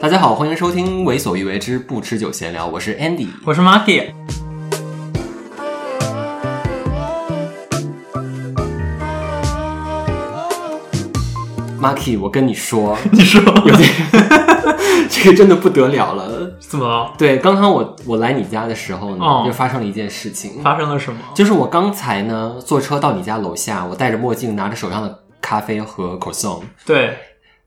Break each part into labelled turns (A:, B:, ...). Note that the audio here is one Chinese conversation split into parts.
A: 大家好，欢迎收听《为所欲为之不吃酒闲聊》，我是 Andy。
B: 我是 Marky，
A: Marky，我跟你说，
B: 你说
A: 有点这个真的不得了了。
B: 怎么了？
A: 对，刚刚我我来你家的时候呢，
B: 哦
A: 就发生了一件事情，
B: 发生了什么？
A: 就是我刚才呢坐车到你家楼下，我戴着墨镜，拿着手上的咖啡和 croissant，
B: 对，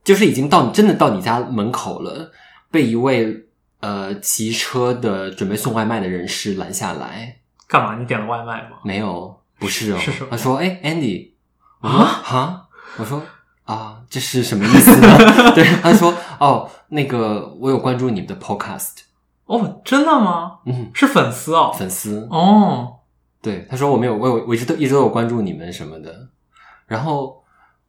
A: 就是已经到你真的到你家门口了，被一位呃骑车的准备送外卖的人士拦下来。
B: 干嘛？你点了外卖吗？
A: 没有，不是哦，
B: 是什么啊
A: 他说：“哎，Andy，我说哈，我说啊，这是什么意思呢？” 对，他说：“哦，那个我有关注你们的 podcast，
B: 哦，真的吗？
A: 嗯，
B: 是粉丝哦。
A: 粉丝。
B: 哦，
A: 对，他说我没有，我有，我一直都一直都有关注你们什么的。然后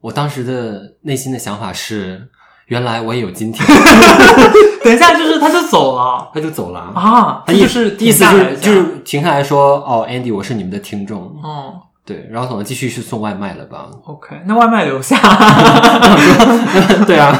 A: 我当时的内心的想法是，原来我也有今天，
B: 等一下，就是他就走了
A: 他就走了。
B: 啊，
A: 他
B: 他
A: 意
B: 就是
A: 意思
B: 停下
A: 就
B: 来
A: 是
B: 一下
A: 就是停下来说，哦，Andy，我是你们的听众，
B: 哦
A: 对，然后可能继续去送外卖了 吧？
B: ，OK，那外卖留下。
A: 对啊，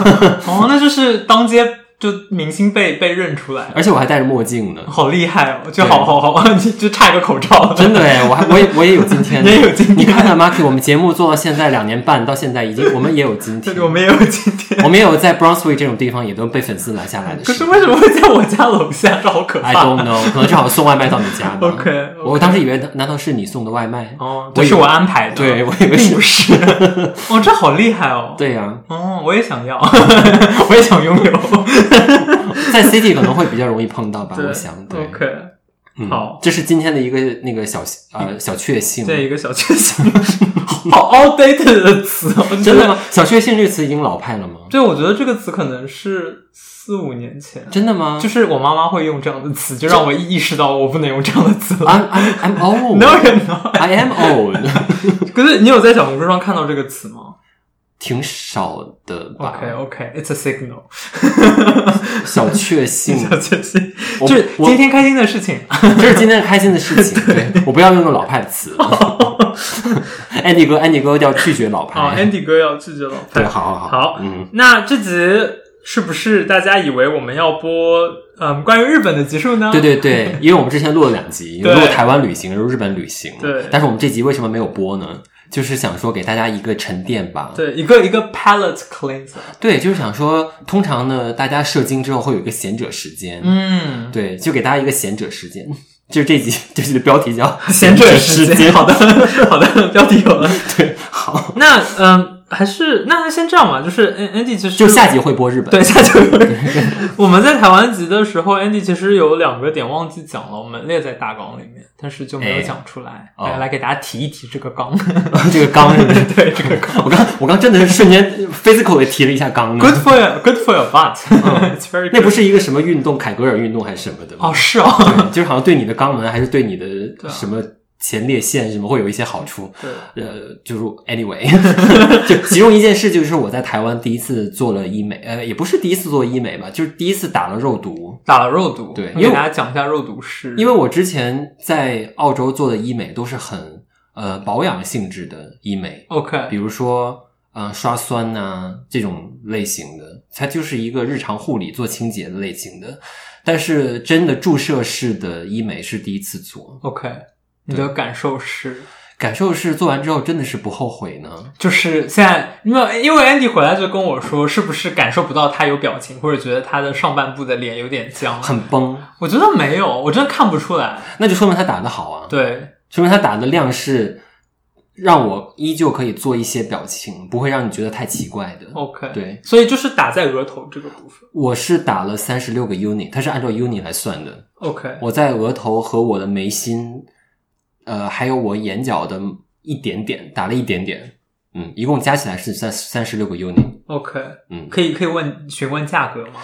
B: 哦，那就是当街就明星被被认出来，
A: 而且我还戴着墨镜呢，
B: 好厉害哦！就
A: 对
B: 好好好， 就就差一个口罩，
A: 真的哎，我还我也我也有今 天，
B: 也有今天
A: 你看看 Marky，我们节目做到现在两年半，到现在已经我们也有今天
B: 对，，我们也有今天。
A: 我们也有在 Brunswick 这种地方也都被粉丝拦下来的
B: 可
A: 事
B: 是。为什么会在我家楼下？这好可
A: I
B: 怕。
A: don't know，可能正好送外卖到你家吧。
B: OK，
A: 我当时以为难道是你送的外卖？
B: 哦，
A: 我
B: 这
A: 以
B: 是
A: 为
B: 我安排的，
A: 对我以为
B: 并
A: 是
B: 不是。 哦，这好厉害哦！
A: 对啊呀、
B: 哦，我也想要， 我也想拥有。
A: 在 City 可能会比较容易碰到吧，我想。对
B: OK，
A: 嗯
B: 好
A: 这是今天的一个那个小呃小确幸。
B: 这一个小确幸，好 outdated 的词哦，
A: 真的
B: 吗？
A: 吗？小确幸这词已经老派了吗？
B: 对，我觉得这个词可能是四五年前，
A: 真的吗？
B: 就是是我妈妈会用这样的词，就让我意识到我不能用这样的词了。
A: I'm I'm I'm 啊 old.
B: No, you're not.
A: I am old，
B: 可是你有在小红书上看到这个词吗
A: 挺少的吧
B: ？OK OK, it's a signal.
A: 小确 幸，
B: 小确幸，
A: 我
B: 就是
A: 我
B: 今天开心的事 情。
A: 这是今天开心的事 情。对，我不要用那种老派的词。安迪哥，安迪哥要拒绝老
B: 好
A: 派。
B: 哦，Andy 哥要拒绝老
A: 对，
B: 派。
A: 好好好，
B: 好
A: 嗯，
B: 那这集是不是大家以为我们要播嗯关于日本的集数呢？
A: 对对 对，因为我们之前录了两集，有
B: 对
A: 录台湾旅行，有录日本旅行。
B: 对
A: 但是我们这集为什么没有播呢？就是想说给大家一个沉淀吧。
B: 对，一个一个 palette cleanser。
A: 对，就是想说，通常呢，大家射精之后会有一个闲者时间。
B: 嗯，
A: 对，就给大家一个闲者时间。 就是这集，这集的标题叫
B: 闲者时间。
A: 间
B: 好的，好的，标题有了。
A: 对，好，
B: 那嗯，还是那先这样吧，就是 An- Andy 其实
A: 就下集会播日本。
B: 对，下集 会。我们在台湾集的时候，Andy 其实有两个点忘记讲了，我们列在大纲里面，但是就没有
A: 哎
B: 讲出来。
A: 哦
B: 来来给大家提一提这个 纲。
A: 这个刚是不是？
B: 对，这个纲。
A: 我刚我刚真的是瞬间 physical 的提了一下刚呢。
B: Good for your, good for your butt. It's very. good.
A: 嗯那不是一个什么运动，凯格尔运动还是什么的吗？
B: 哦，是哦。
A: 对就是好像对你的肛门还是对你的
B: 啊
A: 什么前列腺什么会有一些好处。
B: 对
A: 呃，就是 anyway，就 其中一件事就是我在台湾第一次做了医美，呃，也不是第一次做医美吧，就是第一次打了肉毒。
B: 打了肉毒，
A: 对因
B: 我给
A: 为
B: 大家讲一下肉毒是，
A: 因为我之前在澳洲做的医美都是很呃保养性质的医美，比
B: OK
A: 如说呃刷酸呐、这种类型的，它就是一个日常护理做清洁的类型的。但是真的注射式的医美是第一次做，
B: OK，你的感受是，
A: 感受是做完之后真的是不后悔呢？
B: 就是现在，因为因为 Andy 回来就跟我说，是不是感受不到他有表情，或者觉得他的上半部的脸有点僵？
A: 很崩，
B: 我觉得没有，我真的看不出来。
A: 那就说明他打的好啊，
B: 对，
A: 说明他打的量是让我依旧可以做一些表情，不会让你觉得太奇怪的。
B: OK，，
A: 对，
B: 所以就是打在额头这个部分。
A: 我是打了三十六个 unit，它是按照 unit 来算的。
B: OK，
A: 我在额头和我的眉心，呃，还有我眼角的一点点，打了一点点，嗯，一共加起来是三三十六个 unit，
B: OK，
A: 嗯
B: 可以可以问询问价格吗？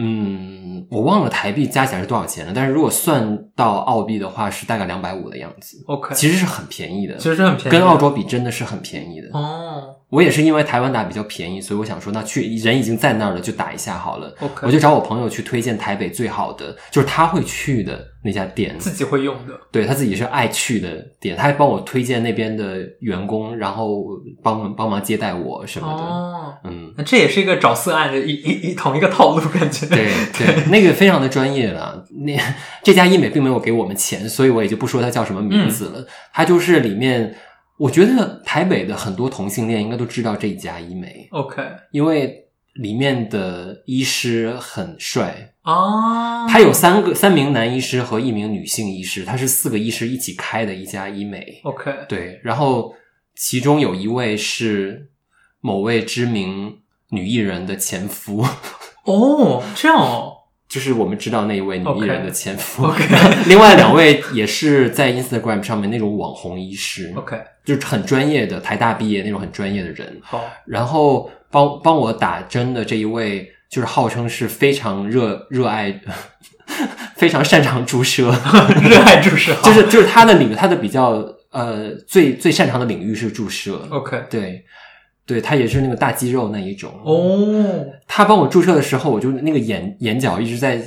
A: 嗯，我忘了台币加起来是多少钱了，但是如果算到澳币的话，是大概两百五的样子，
B: ？OK，
A: 其实是很便宜的，
B: 其实是很便宜的，
A: 跟澳洲比真的是很便宜的。
B: 哦
A: 我也是因为台湾打比较便宜，所以我想说，那去人已经在那儿了，就打一下好了。
B: ，OK，
A: 我就找我朋友去推荐台北最好的，就是他会去的那家店，
B: 自己会用的。
A: 对他自己是爱去的店，他还帮我推荐那边的员工，然后帮忙帮忙接待我什么的。
B: 哦，
A: 嗯，
B: 那这也是一个找色案的一一一同一个套路，感觉。
A: 对对，那个非常的专业了。那这家医美并没有给我们钱，所以我也就不说它叫什么名字
B: 嗯
A: 了。它就是里面，我觉得台北的很多同性恋应该都知道这一家医美，
B: OK，
A: 因为里面的医师很帅。
B: 哦，
A: 他有三个三名男医师和一名女性医师，他是四个医师一起开的一家医美。
B: OK，
A: 对，然后其中有一位是某位知名女艺人的前夫。
B: 哦，这样哦，
A: 就是我们知道那一位女艺人的前夫
B: OK
A: 另外两位也是在 Instagram 上面那种网红医师
B: OK，
A: 就是很专业的，台大毕业那种很专业的人。
B: 好，
A: 然后帮帮我打针的这一位，就是号称是非常热热爱、 非常擅长注 射，
B: 热爱注射，
A: 就是就是他的领他的比较呃最最擅长的领域是注射，
B: OK，
A: 对对，他也是那个大肌肉那一种。
B: 哦，
A: 他帮我注射的时候，我就那个眼眼角一直在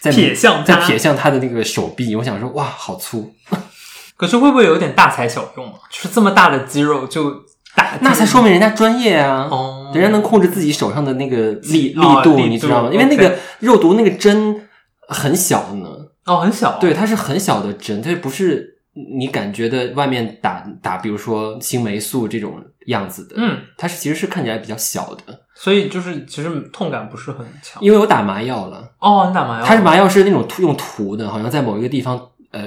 A: 在
B: 撇向
A: 在
B: 他
A: 撇向他的那个手臂，我想说哇，好粗，
B: 可是会不会有点大材小用啊？就是这么大的肌肉就打，
A: 那才说明人家专业啊，
B: 哦，
A: 人家能控制自己手上的那个力
B: 哦
A: 度，
B: 力度
A: 你知道吗？
B: ，OK
A: 因为那个肉毒那个针很小呢，
B: 哦很小，
A: 对，它是很小的针，它不是你感觉的外面打打，比如说青霉素这种样子的，
B: 嗯，
A: 它是其实是看起来比较小的，
B: 所以就是其实痛感不是很强。
A: 因为我打麻药了。
B: 哦，你打麻药？
A: 它是麻药是那种涂用涂的，好像在某一个地方，呃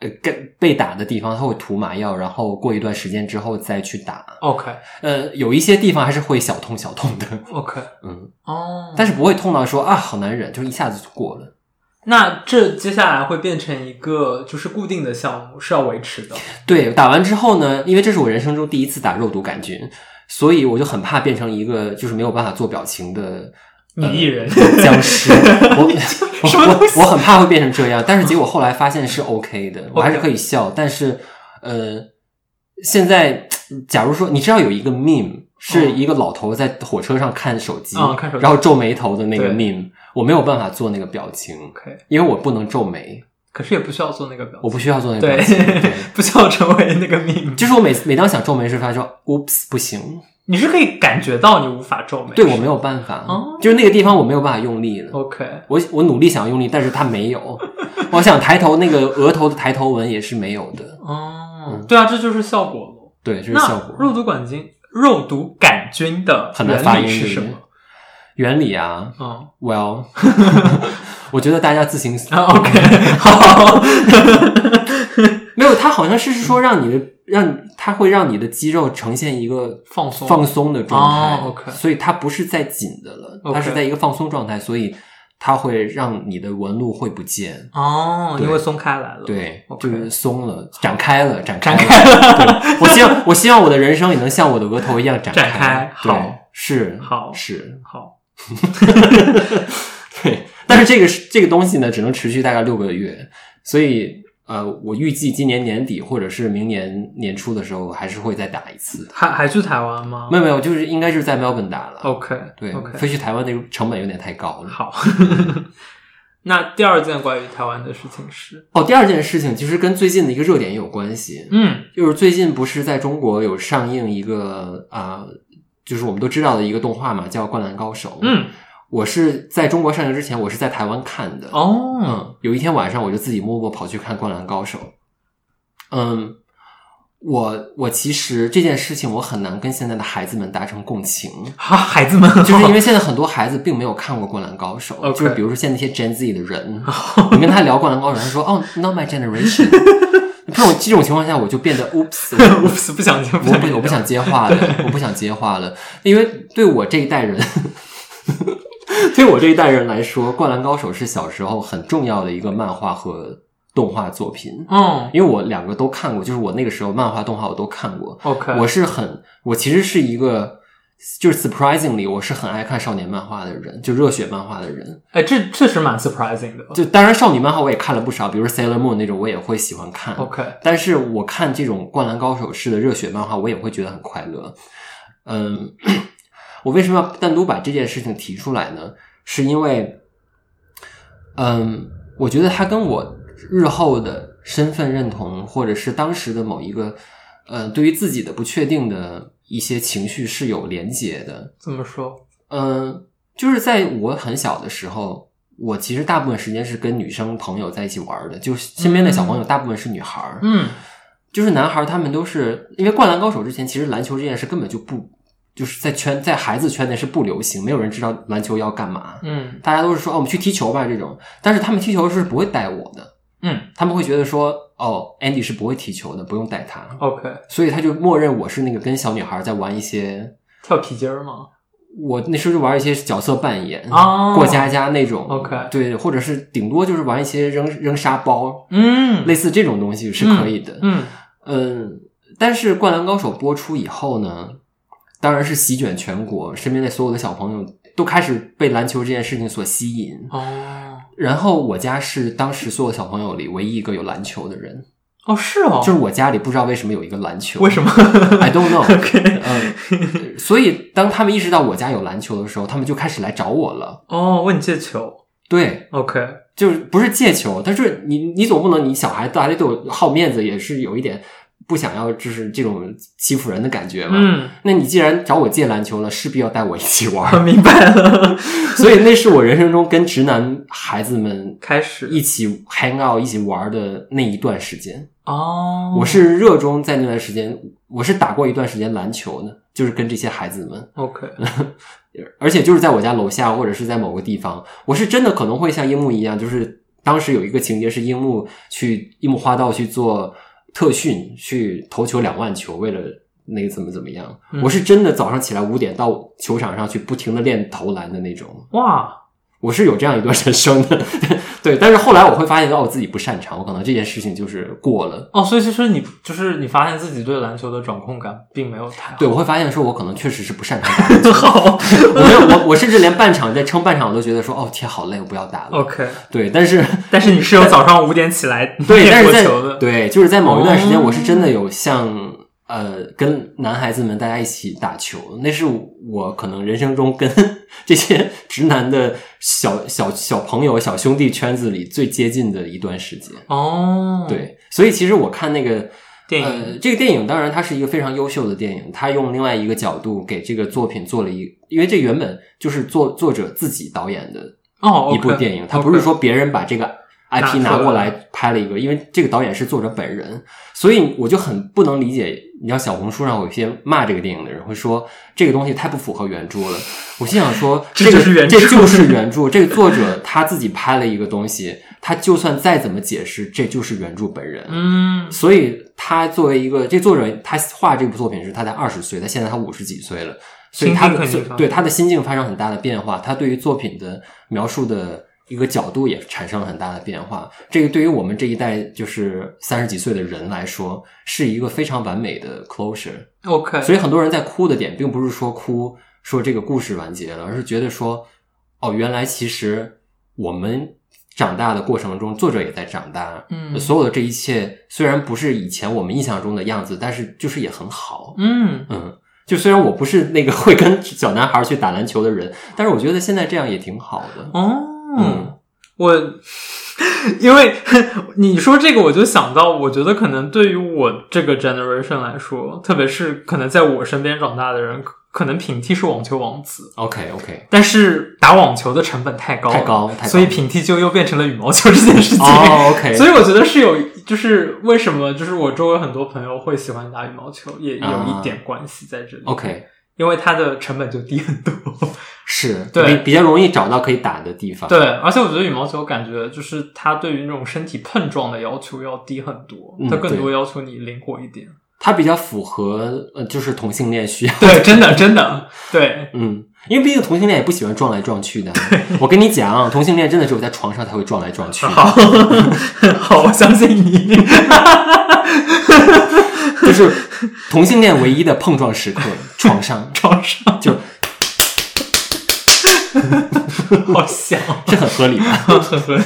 A: 呃，跟被打的地方，它会涂麻药，然后过一段时间之后再去打。
B: ？OK
A: 呃，有一些地方还是会小痛小痛的，
B: OK，
A: 嗯，
B: 哦，
A: 但是不会痛到说啊好难忍，就一下子就过了。
B: 那这接下来会变成一个就是固定的项目，是要维持的。
A: 对，打完之后呢，因为这是我人生中第一次打肉毒杆菌，所以我就很怕变成一个就是没有办法做表情的。
B: 女艺人
A: 嗯 僵尸， 我
B: 什么
A: 我我很怕会变成这样，但是结果后来发现是 OK 的，我还是
B: OK
A: 可以笑。但是呃，现在假如说你知道有一个 meme 是一个老头在火车上看手机，
B: 嗯看手机
A: 然后皱眉头的那个
B: 对
A: meme，我没有办法做那个表情，
B: OK，
A: 因为我不能皱眉，
B: 可是也不需要做那个表
A: 我
B: 情，
A: 不需要做那个
B: 对
A: 表情。 对，嗯
B: 不需要成为那个命。
A: 就是我每次每当想皱眉时，发现说 oops 不行，
B: 你是可以感觉到你无法皱眉。
A: 对我没有办法
B: 哦，
A: 就是那个地方我没有办法用力了。
B: OK，
A: 我我努力想用力，但是他没有。我想抬头那个额头的抬头纹也是没有的，
B: 哦
A: 嗯，
B: 对啊，这就是效果咯。
A: 对，这是效
B: 那
A: 果。
B: 肉毒杆菌，肉毒杆菌的
A: 很难发
B: 原理
A: 音
B: 是
A: 对
B: 什
A: 不对
B: 么？
A: 原理啊
B: 嗯
A: ，Well，我觉得大家自行
B: 啊，OK，好，
A: 嗯 没有，它好像是是说让你的让它会让你的肌肉呈现一个
B: 放松
A: 放松的状态、
B: 哦，OK
A: 所以它不是在紧的了
B: OK
A: 它是在一个放松状态，所以它会让你的纹路会不见。
B: 哦，
A: 对
B: 因为松开来了，
A: 对
B: OK
A: 就是松了，展开了，展开
B: 展
A: 了。
B: 开了，
A: 对我希望，我希望我的人生也能像我的额头一样展
B: 展开
A: 对
B: 好，
A: 是，
B: 好
A: 是，
B: 好，
A: 对。但是这个是这个东西呢，只能持续大概六个月，所以呃，我预计今年年底或者是明年年初的时候，还是会再打一次的。
B: 还还去台湾吗
A: 没有没有，就是应该就是在 Melbourne 打了。
B: ？OK，
A: 对
B: 哦 OK，
A: 飞去台湾那个成本有点太高了。
B: 好。 那第二件关于台湾的事情是，
A: 哦，第二件事情其实跟最近的一个热点也有关系，
B: 嗯
A: 就是最近不是在中国有上映一个啊、呃就是我们都知道的一个动画嘛，叫《灌篮高手》。，
B: 嗯，
A: 我是在中国上映之前，我是在台湾看的。
B: 哦，
A: 嗯，有一天晚上我就自己默默跑去看《灌篮高手》。嗯，我我其实这件事情我很难跟现在的孩子们达成共 情，
B: 好，孩子们，
A: 就是因为现在很多孩子并没有看过《灌篮高手》
B: OK 哦
A: 就是比如说现在那些 Gen Z 的人，你跟他聊《灌篮高手》，他说哦，Not my generation。这种这种情况下，我就变得 oops，
B: 我不不想
A: 我
B: 听，
A: 不我不想接话了，我不想接话了，因为对我这一代人， 对我这一代人来说，《灌篮高手》是小时候很重要的一个漫画和动画作品，
B: 嗯
A: 因为我两个都看过，就是我那个时候漫画、动画我都看过，
B: ，OK，
A: 我是很，我其实是一个。就是 surprisingly，我是很爱看少年漫画的人，就热血漫画的人。
B: 哎，这确实蛮 surprising 的。
A: 就当然少女漫画我也看了不少，比如 Sailor Moon 那种，我也会喜欢看。
B: OK，
A: 但是我看这种《灌篮高手》式的热血漫画，我也会觉得很快乐。嗯， 我为什么要单独把这件事情提出来呢？是因为，嗯，我觉得它跟我日后的身份认同，或者是当时的某一个呃对于自己的不确定的一些情绪是有连结的。
B: 怎么说？
A: 嗯，就是在我很小的时候，我其实大部分时间是跟女生朋友在一起玩的，就是身边的小朋友大部分是女孩儿，
B: 嗯，
A: 就是男孩儿他们都是因为《灌篮高手》之前，其实篮球这件事根本就不就是在圈在孩子圈内是不流行，没有人知道篮球要干嘛，
B: 嗯
A: 大家都是说哦我们去踢球吧这种，但是他们踢球是不会带我的，
B: 嗯
A: 他们会觉得说哦，Andy 是不会踢球的，不用带他，
B: ，OK，
A: 所以他就默认我是那个跟小女孩在玩一些
B: 跳皮筋儿嘛，
A: 我那时候就玩一些角色扮演
B: 哦
A: 过家家那种
B: OK
A: 对，或者是顶多就是玩一些扔扔沙包，
B: 嗯
A: 类似这种东西是可以的。
B: 嗯
A: 嗯但是《灌篮高手》播出以后呢，当然是席卷全国，身边的所有的小朋友都开始被篮球这件事情所吸引。
B: 哦
A: 然后我家是当时所有小朋友里唯一一个有篮球的人，
B: 哦是哦，
A: 就是我家里不知道为什么有一个篮球，
B: 为什么
A: I don't know
B: OK
A: 嗯，所以当他们意识到我家有篮球的时候，他们就开始来找我了。
B: 哦问你借球
A: 对，
B: ，OK，
A: 就是不是借球，但是你你总不能你小孩大家都有好面子，也是有一点不想要就是这种欺负人的感觉嘛。
B: 嗯，
A: 那你既然找我借篮球了，势必要带我一起玩
B: 我
A: 儿，
B: 明白了，
A: 所以那是我人生中跟直男孩子们
B: 开始
A: 一起 hang out、一起玩儿的那一段时间。
B: 哦，
A: 我是热衷在那段时间，我是打过一段时间篮球的，就是跟这些孩子们。
B: OK，
A: 而且就是在我家楼下或者是在某个地方，我是真的可能会像樱木一样，就是当时有一个情节是樱木去樱木花道去做特训，去投球两万球，为了那个怎么怎么样，
B: 嗯
A: 我是真的早上起来五点到球场上去不停的练投篮的那种，
B: 哇，
A: 我是有这样一段 人生的，对。但是后来我会发现哦到我自己不擅长，我可能这件事情就是过了。
B: 哦，所以其实你就是你发现自己对篮球的掌控感并没有太好，
A: 对，我会发现说，我可能确实是不擅长打篮球。
B: 好
A: 我没有，我我甚至连半场在撑半场，我都觉得说，哦天，好累，我不要打了。
B: ，OK，
A: 对，但是
B: 但是你是有早上五点起来
A: 嗯 对，但
B: 练
A: 是
B: 过
A: 在
B: 球的，
A: 对，就是在某一段时间，
B: 哦
A: 我是真的有像、呃，跟男孩子们大家一起打球，那是我可能人生中跟 这些直男的小小小朋友、小兄弟圈子里最接近的一段时间。
B: 哦，，
A: 对，所以其实我看那个
B: 电影
A: 呃，这个电影当然它是一个非常优秀的电影，它用另外一个角度给这个作品做了一，因为这原本就是作作者自己导演的
B: 哦，
A: 呃一部电影，它不是说别人把这个 IP
B: 拿出来
A: 拿过来拍了一个，因为这个导演是作者本人，所以我就很不能理解。你知道小红书上有一些骂这个电影的人会说这个东西太不符合原著了，我心想说
B: 这
A: 个
B: 就是原著
A: 这就是原著， 这个作者他自己拍了一个东西，他就算再怎么解释，这就是原著本人。
B: 嗯，
A: 所以他作为一个这作者，他画这部作品时他才二十岁，他现在他五十几岁了，所以他
B: 心境
A: 的
B: 肯定发生
A: 对他的心境发生很大的变化，他对于作品的描述的一个角度也产生了很大的变化。这个对于我们这一代就是三十几岁的人来说，是一个非常完美的 closure。
B: OK，
A: 所以很多人在哭的点，并不是说哭说这个故事完结了，而是觉得说，哦，原来其实我们长大的过程中，作者也在长大，
B: 嗯
A: 所有的这一切虽然不是以前我们印象中的样子，但是就是也很好，
B: 嗯
A: 嗯。就虽然我不是那个 会跟小男孩去打篮球的人，但是我觉得现在这样也挺好的。
B: 哦，
A: 嗯
B: 我因为你说这个，我就想到，我觉得可能对于我这个 generation 来说，特别是可能在我身边长大的人，可可能平替是网球王子，
A: OK OK，
B: 但是打网球的成本太高了
A: 太高太高
B: 所以平替就又变成了羽毛球这件事 情。
A: 哦 OK，
B: 所以我觉得是有，就是为什么就是我周围很多朋友会喜欢打羽毛球，也有一
A: 啊
B: 点关系在这里。
A: 哦 OK
B: 因为它的成本就低很多。
A: 是
B: 对
A: 比比较容易找到可以打的地方。
B: 对，，而且我觉得羽毛球感觉就是它对于那种身体碰撞的要求要低很多，
A: 嗯
B: 它更多
A: 对
B: 要求你灵活一点。
A: 它比较符合呃，就是同性恋需要。
B: 对，真的真的，对，
A: 嗯，因为毕竟同性恋也不喜欢撞来撞去的。我跟你讲，同性恋真的只有在床上才会撞来撞 去，
B: 好好，我相信你。
A: 就是同性恋唯一的碰撞时刻，床上
B: 床上
A: 就
B: 好香，
A: 这很合理吧？
B: 很合理。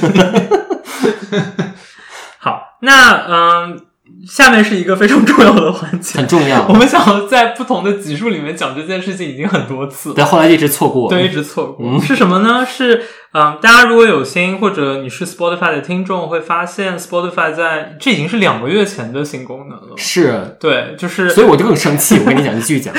B: 好，那嗯，下面是一个非常重要的环节，
A: 很重要
B: 我。们想要在不同的集数里面讲这件事情已经很多次了，
A: 但后来一直错过。
B: 对，一，直错过、
A: 嗯
B: 是什么呢？是嗯、大家如果有心或者你是 Spotify 的听众，会发现 Spotify 在这已经是两个月前的新功能了。
A: 是，
B: 对，就是
A: 所以我就更生气。我跟你讲，你继续 讲。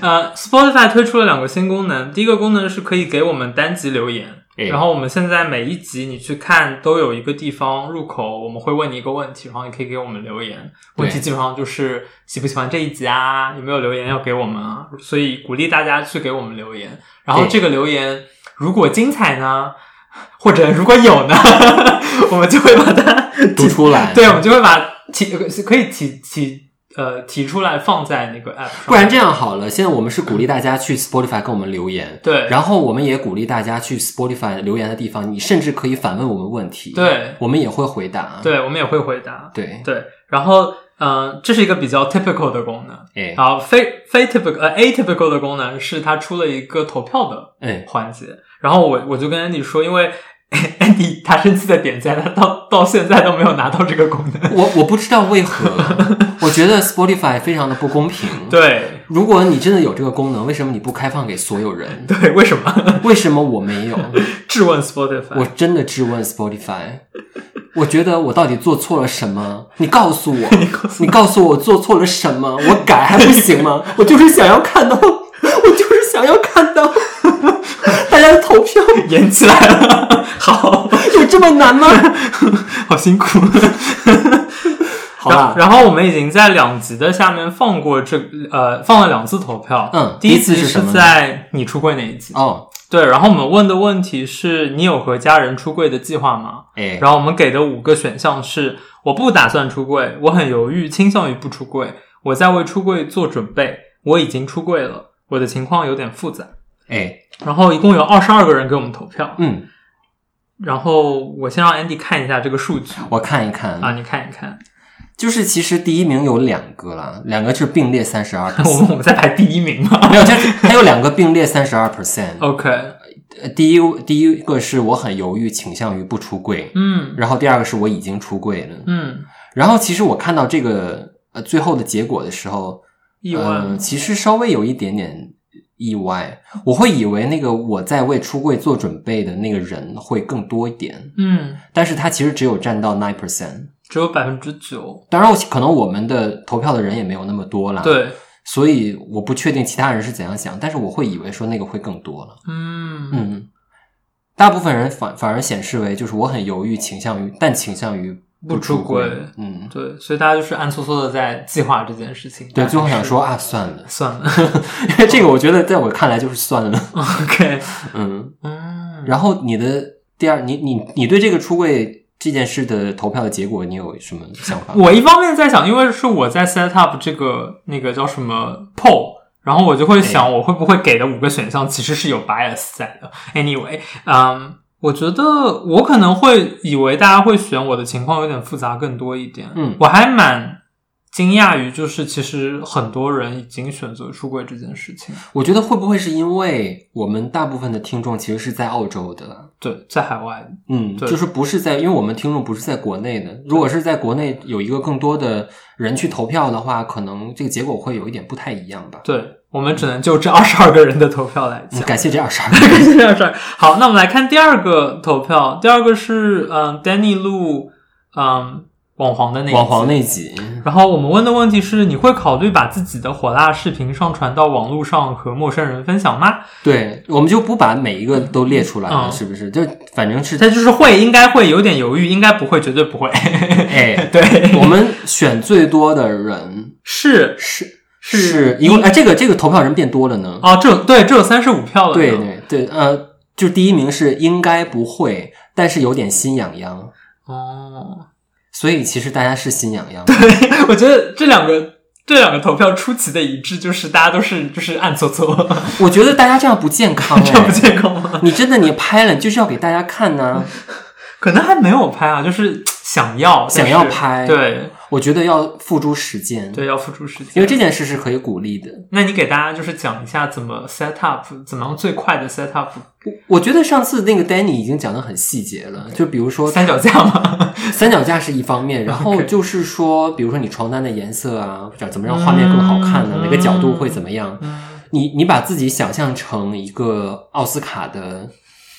B: 呃，Spotify 推出了两个新功能，第一个功能是可以给我们单集留言。
A: 哎
B: 然后我们现在每一集你去看都有一个地方入口，我们会问你一个问题，然后你可以给我们留言。
A: 对
B: 问题基本上就是喜不喜欢这一集啊，有没有留言要给我们啊？所以鼓励大家去给我们留言。然后
A: 对
B: 这个留言如果精彩呢，或者如果有呢， 我们就会把它
A: 读出来，
B: 对，我们就会把提可以提提呃提出来放在那个 app 上。
A: 不然这样好了，现在我们是鼓励大家去 Spotify 跟我们留言，
B: 对，
A: 然后我们也鼓励大家去 Spotify 留言的地方，你甚至可以反问我们问题，，
B: 对
A: 我们也会回答。
B: 对，我们也会回答。
A: 对，
B: 对，然后嗯、呃这是一个比较 typical 的功能。
A: 哎
B: 然后非非 typical 呃 atypical 的功能是它出了一个投票的
A: 哎，
B: 环节。然后我我就跟 Andy 说，因为 Andy 他生气的点在他到到现在都没有拿到这个功能。
A: 我我不知道为何，我觉得 Spotify 非常的不公平。，
B: 对
A: 如果你真的有这个功能，为什么你不开放给所有人？
B: 对，为什么
A: 为什么我没有？
B: 质问
A: 我
B: Spotify？
A: 真的质问 Spotify，我觉得我到底做错了什么？你告诉 我，你告诉我，做错了什么？我改还不行吗？我就是想要看到， 我就是想要看 到大家的投票，
B: 演起来了，好
A: 有这么难 吗？
B: 好辛苦。
A: 好
B: 然
A: 吧，
B: 然后我们已经在两集的下面放过这呃放了两次投票，
A: 嗯
B: 第一
A: 第一次
B: 次
A: 是什么呢
B: 在你出柜那一集，
A: 哦，
B: 对，然后我们问的问题是你有和家人出柜的计划吗？
A: 哎，
B: 然后我们给的五个选项是我不打算出柜，我很犹豫，倾向于不出柜，我在为出柜做准备，我已经出柜了，我的情况有点复杂。
A: 哎，
B: 然后一共有二十二个人给我们投票，
A: 嗯，
B: 然后我先让 Andy 看一下这个数据
A: 我看一看
B: 啊，，你看一看，
A: 就是其实第一名有两个啦，两个是并列三十二
B: 我
A: percent，
B: 们我们在排第一名嘛
A: 没有，它它有两个并列三十二 percent。
B: 哦，OK，
A: 呃第一第一个是我很犹豫，倾向于不出柜，
B: 嗯
A: 然后第二个是我已经出柜了。
B: 嗯，
A: 然后其实我看到这个呃最后的结果的时候，
B: 意外，
A: 呃，其实稍微有一点点意外。我会以为那个我在为出柜做准备的那个人会更多一点，
B: 嗯，
A: 但是他其实只有占到 nine percent。
B: 只有百分之九，
A: 当然，我可能我们的投票的人也没有那么多啦，，
B: 对，
A: 所以我不确定其他人是怎样想，但是我会以为说那个会更多了。
B: 嗯
A: 嗯，大部分人反反而显示为就是我很犹豫，倾向于但倾向于
B: 不出
A: 出柜
B: 柜。
A: 嗯，
B: 对，所以大家就是暗搓搓的在计划这件事情。
A: 对，
B: 但
A: 最后想
B: 是
A: 说啊，算了。
B: 算了
A: 因 为这个我觉得在我看来就是算了，
B: ，OK，
A: 嗯。
B: 嗯，
A: 然后你的第二，你你你对这个出柜这件事的投票的结果，你有什么想法？
B: 啊我一方面在想，因为是我在 set up 这个那个叫什么 poll，然后我就会想，我会不会给的五个选项其实是有 bias 在的。Anyway，嗯，我觉得我可能会以为大家会选我的情况有点复杂更多一点。
A: 嗯
B: 我还蛮惊讶于，就是其实很多人已经选择出柜这件事情。
A: 我觉得会不会是因为我们大部分的听众其实是在澳洲的，
B: 对，在海外，
A: 嗯，
B: 对
A: 就是不是在，因为我们听众不是在国内的。如果是在国内有一个更多的人去投票的话，可能这个结果会有一点不太一样吧。
B: 对我们只能就这二十二个人的投票来
A: 嗯
B: 讲。
A: 感谢这二十二
B: 这件事儿。好，那我们来看第二个投票，第二个是嗯、d a n n y 录嗯网黄的那一集
A: 网黄。那 集，
B: 然后我们问的问题是：你会考虑把自己的火辣视频上传到网络上和陌生人分享吗？
A: 对，我们就不把每一个都列出来了，
B: 嗯
A: 是不是？就反正是
B: 他就是会，应该会有点犹豫，应该不会，绝对不会。
A: 哎，
B: 对，
A: 我们选最多的人
B: 是
A: 是
B: 是
A: 一共哎，这个这个投票人变多了呢。
B: 哦，这哦有对这有三十五票了。
A: 对，对对，呃，就第一名是应该不会，但是有点心痒痒，
B: 哦，
A: 所以其实大家是心痒痒。
B: 我觉得这两个这两个投票出奇的一致，就是大家都是就是暗搓搓，
A: 我觉得大家这样不健康、哎，
B: 这样不健康吗？
A: 你真的你拍了就是要给大家看呢、
B: 可能还没有拍啊，就是想要
A: 想要拍
B: 但是对
A: 我觉得要付诸实践，
B: 对，要付出时间。
A: 因为这，件事是可以鼓励的。
B: 那你给大家就是讲一下怎么 set up，怎么样最快的 set up
A: 我我觉得上次那个 Danny 已经讲的很细节了，就比如说
B: 三脚架吗？
A: 三脚架是一方面，然后
B: OK
A: 就是说，比如说你床单的颜色啊，或者怎么让画面更好看呢、
B: 嗯
A: 哪个角度会怎么样？
B: 嗯
A: 你你把自己想象成一个奥斯卡的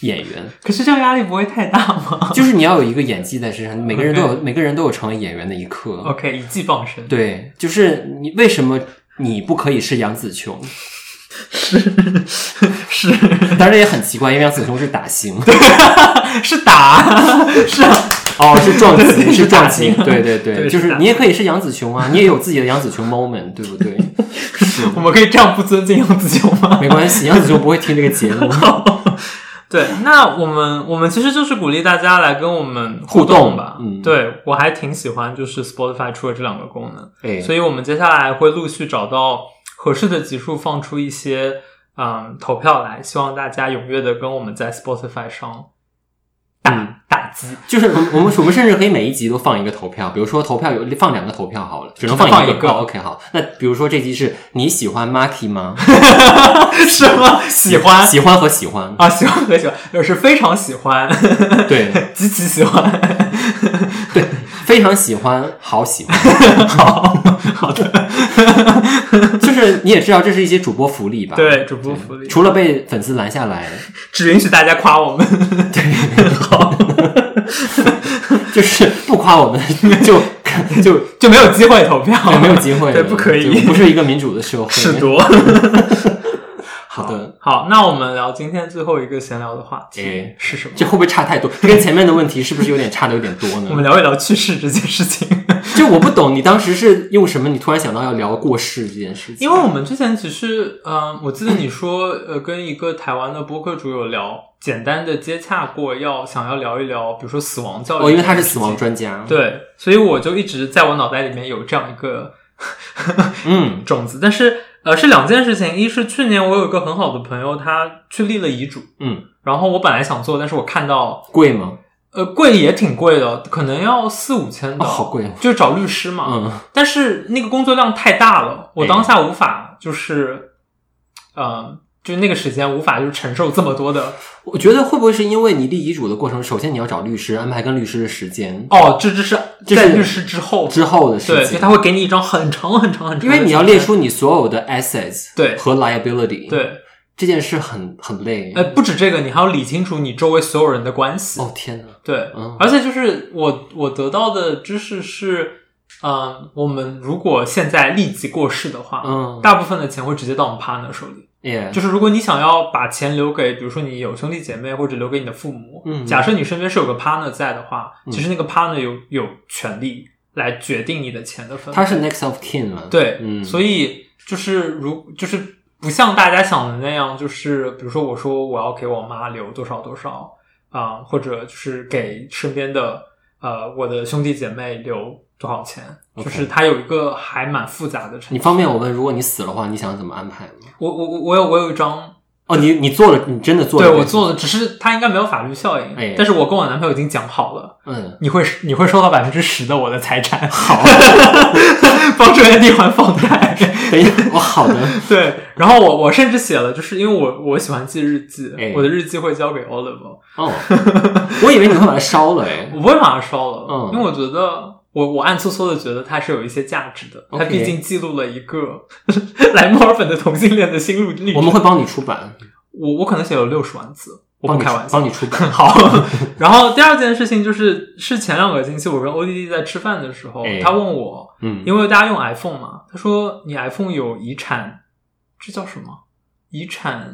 A: 演员，
B: 可是这样压力不会太大吗
A: 就是你要有一个演技在身上，每个人都有每个人都有成为演员的一刻。
B: ？OK，一技傍身。
A: 对，就是你为什么你不可以是杨紫琼？
B: 是是
A: 当然也很奇怪，因为杨紫琼是打星，
B: 是打 是啊，
A: 哦，是 撞击，是撞击，
B: 是打星
A: 对对对，
B: 对
A: 就是是
B: 打
A: 你也可以是杨紫琼啊，你也有自己的杨紫琼 moment，对不对？是，
B: 我们可以这样不尊敬杨子琼吗？
A: 没关系，杨紫琼不会听这个节目。
B: 对，那我们我们其实就是鼓励大家来跟我们
A: 互动
B: 动吧。
A: 嗯
B: 对我还挺喜欢，就是 Spotify 出了这两个功能，
A: 哎，
B: 所以我们接下来会陆续找到合适的集数，放出一些嗯投票来，希望大家踊跃的跟我们在 Spotify 上
A: 嗯，
B: 打击，
A: 就是我们我们我们甚至可以每一集都放一个投票，比如说投票有放两个投票好了，只能放
B: 只能放一个
A: 哦 OK，好，那比如说这集是你喜欢 Marky 吗？
B: 什么 喜欢
A: 喜欢和喜欢，
B: 啊，喜欢和喜欢，就是非常喜欢，
A: 对
B: 极其喜欢。
A: 对，非常喜欢，好喜欢。
B: 好好的，
A: 就是你也知道，这是一些主播福利吧？
B: 对主播福利
A: 除了被粉丝拦下来，
B: 只允许大家夸我们。对，好，
A: 就是不夸我们就就
B: 就没有机会投票，
A: 也没有机会了，
B: 哦对，不可
A: 就
B: 以
A: 不是一个民主的社会。
B: 是多。
A: 好的，
B: 好，那我们聊今天最后一个闲聊的话题
A: 诶
B: 是什么？
A: 这会不会差太多？跟前面的问题是不是有点差的有点多
B: 我
A: 呢？
B: 们聊一聊去世这件事情，
A: 就我不懂，你当时是用什么？你突然想到要聊过世这件事情？
B: 因为我们之前其实，嗯、我记得你说，呃，跟一个台湾的播客主有聊，简单的接洽过，要想要聊一聊，比如说死亡教育，
A: 哦，因为他是死亡，专家。，
B: 对，所以我就一直在我脑袋里面有这样一 个
A: 嗯
B: 种子，但是呃是两件事情，一是去年我有一个很好的朋友，他去立了遗嘱，
A: 嗯，
B: 然后我本来想做，但是我看到
A: 贵吗？
B: 呃贵也挺贵的，可能要四五千
A: 哦，
B: 的，
A: 好贵哦。
B: 就找律师嘛，
A: 嗯，
B: 但是那个工作量太大了，我
A: 哎
B: 当下无法就是，呃，就那个时间无法就是承受这么多的
A: 我觉得会不会是因为你立遗嘱的过程，首先你要找律师安排跟律师的时间，
B: 哦，这这是
A: 这是
B: 在律师之后，
A: 之后的事
B: 哦对，所
A: 情
B: 以。他会给你一张很长很长很长的清
A: 因
B: 单，
A: 为你要列出你所有的 assets
B: 对
A: 和 liability，，
B: 对，
A: 这件事很很累。
B: 呃，不止这个，你还要理清楚你周围所有人的关系，
A: 哦天哪，
B: 对，
A: 嗯
B: 而且就是我我得到的知识是，嗯、我们如果现在立即过世的话，
A: 嗯
B: 大部分的钱会直接到我们 partner 手里。
A: 耶，
B: 就是如果你想要把钱留给，比如说你有兄弟姐妹或者留给你的父母，
A: 嗯
B: 假设你身边是有个 partner 在的话，
A: 嗯
B: 其实那个 partner 有有权利来决定你的钱的分配。
A: 他是 next of kin 了，，
B: 对，
A: 嗯
B: 所以就是如就是不像大家想的那样，就是比如说我说我要给我妈留多少多少啊、或者就是给身边的呃我的兄弟姐妹留多少钱，
A: OK
B: 就是它有一个还蛮复杂的程序。
A: 你方便我问，如果你死的话，你想怎么安排吗？
B: 我我我我有我有一张
A: 哦，你你做了，你真的做了，
B: 对我做，的，只是它应该没有法律效应。
A: 哎
B: 但是我跟我男朋友已经讲好了，
A: 嗯，
B: 你会你会收到百分之十的我的 财产，
A: 好，
B: 帮助 Andy 还房贷。
A: 等一下，我好的，
B: 对，然后我我甚至写了，就是因为我我喜欢记日记，
A: 哎
B: 我的日记会交给 Oliver，
A: 哦，我以为你会把它烧了哎，
B: 我不会把它烧了，
A: 嗯
B: 因为我觉得。我我暗搓搓的觉得它是有一些价值的，它
A: OK
B: 毕竟记录了一个 来墨尔本的同性恋的心路历程。
A: 我们会帮你出版，
B: 我我可能写了六十万字，我
A: 帮
B: 不
A: 你
B: 开玩笑，
A: 帮你出版，
B: 好，然后第二件事情就是，是前两个星期我跟 ODD 在吃饭的时候，
A: 哎
B: 他问我，
A: 嗯，
B: 因为大家用 iPhone 嘛，他说你 iPhone 有遗产，这叫什么？遗产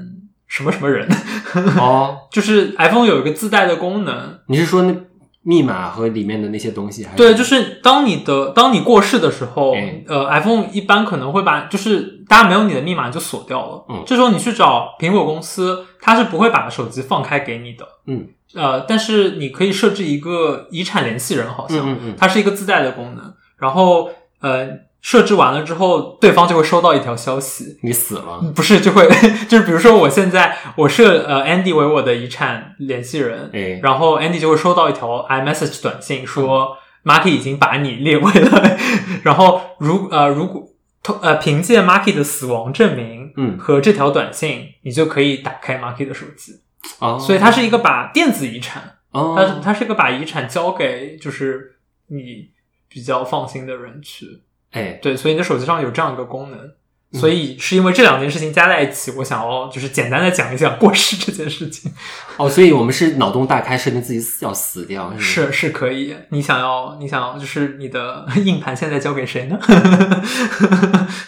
B: 什么什么人？
A: 哦，
B: 就是 iPhone 有一个自带的功能，
A: 你是说那密码和里面的那些东西还是？
B: 对，就是当你的当你过世的时候
A: 哎，
B: 呃，iPhone 一般可能会把就是大家没有你的密码就锁掉了，
A: 嗯
B: 这时候你去找苹果公司，它是不会把手机放开给你的，
A: 嗯，
B: 呃，但是你可以设置一个遗产联系人，好像。
A: 嗯嗯嗯，
B: 它是一个自带的功能。然后呃，设置完了之后，对方就会收到一条消息，
A: 你死了，
B: 不是就会 就是比如说我现在我设呃 Andy 为我的遗产联系人，
A: 哎，
B: 嗯然后 Andy 就会收到一条 iMessage 短信说、Marky 已经把你列为 了，然后如呃如果通呃凭借 Marky 的死亡证明。
A: 嗯，
B: 和这条短信，你就可以打开 Marky 的手机，
A: 哦，
B: 所以它是一个把电子遗产
A: 哦
B: 他他是个把遗产交给就是你比较放心的人去，
A: 哎，
B: 对，所以你的手机上有这样一个功能。
A: 嗯
B: 所以是因为这两件事情加在一起，我想要就是简单的讲一讲过世这件事情，
A: 哦，所以我们是脑洞大开，设定自己死要死掉，是吗
B: 是是可以。你想要，你想要，就是你的 硬盘现在交给谁呢？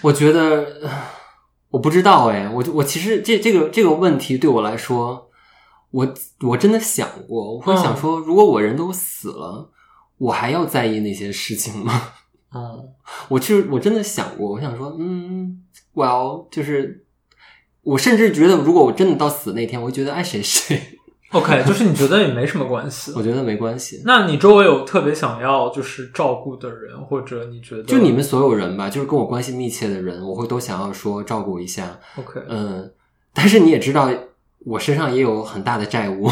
A: 我觉得呃我不知道哎，我我其实这这个这个问题对我来说，我我真的想过，我会想说，如果我人都死了，我还要在意那些事情吗？
B: 嗯
A: 我其实我真的想过，我想说，嗯，well，就是我甚至觉得，如果我真的到死那天，我会觉得爱谁谁，
B: ，OK，就是你觉得也没什么关系。
A: 我觉得没关系。
B: 那你周围有特别想要就是照顾的人，或者你觉得
A: 就你们所有人吧，就是跟我关系密切的人，我会都想要说照顾一下，
B: OK，
A: 嗯，但是你也知道，我身上也有很大的债务，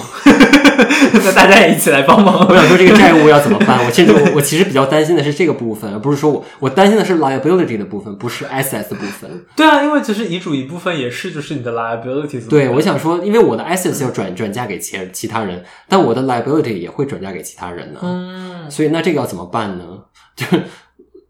B: 那大家也一起来帮忙。
A: 我想说这个债 务要怎么办？我甚至我我其实比较担心的是这个部分，而不是说我我担心的是 liability 的部分，不是 assets 的部分。
B: 对啊，因为其实遗嘱一部分也是就是你的 liability。
A: 对，我想说，因为我的 assets 要转转嫁给其其他人，但我的 liability 也会转嫁给其他人呢、
B: 嗯
A: 所以那这个要怎么办呢？ 就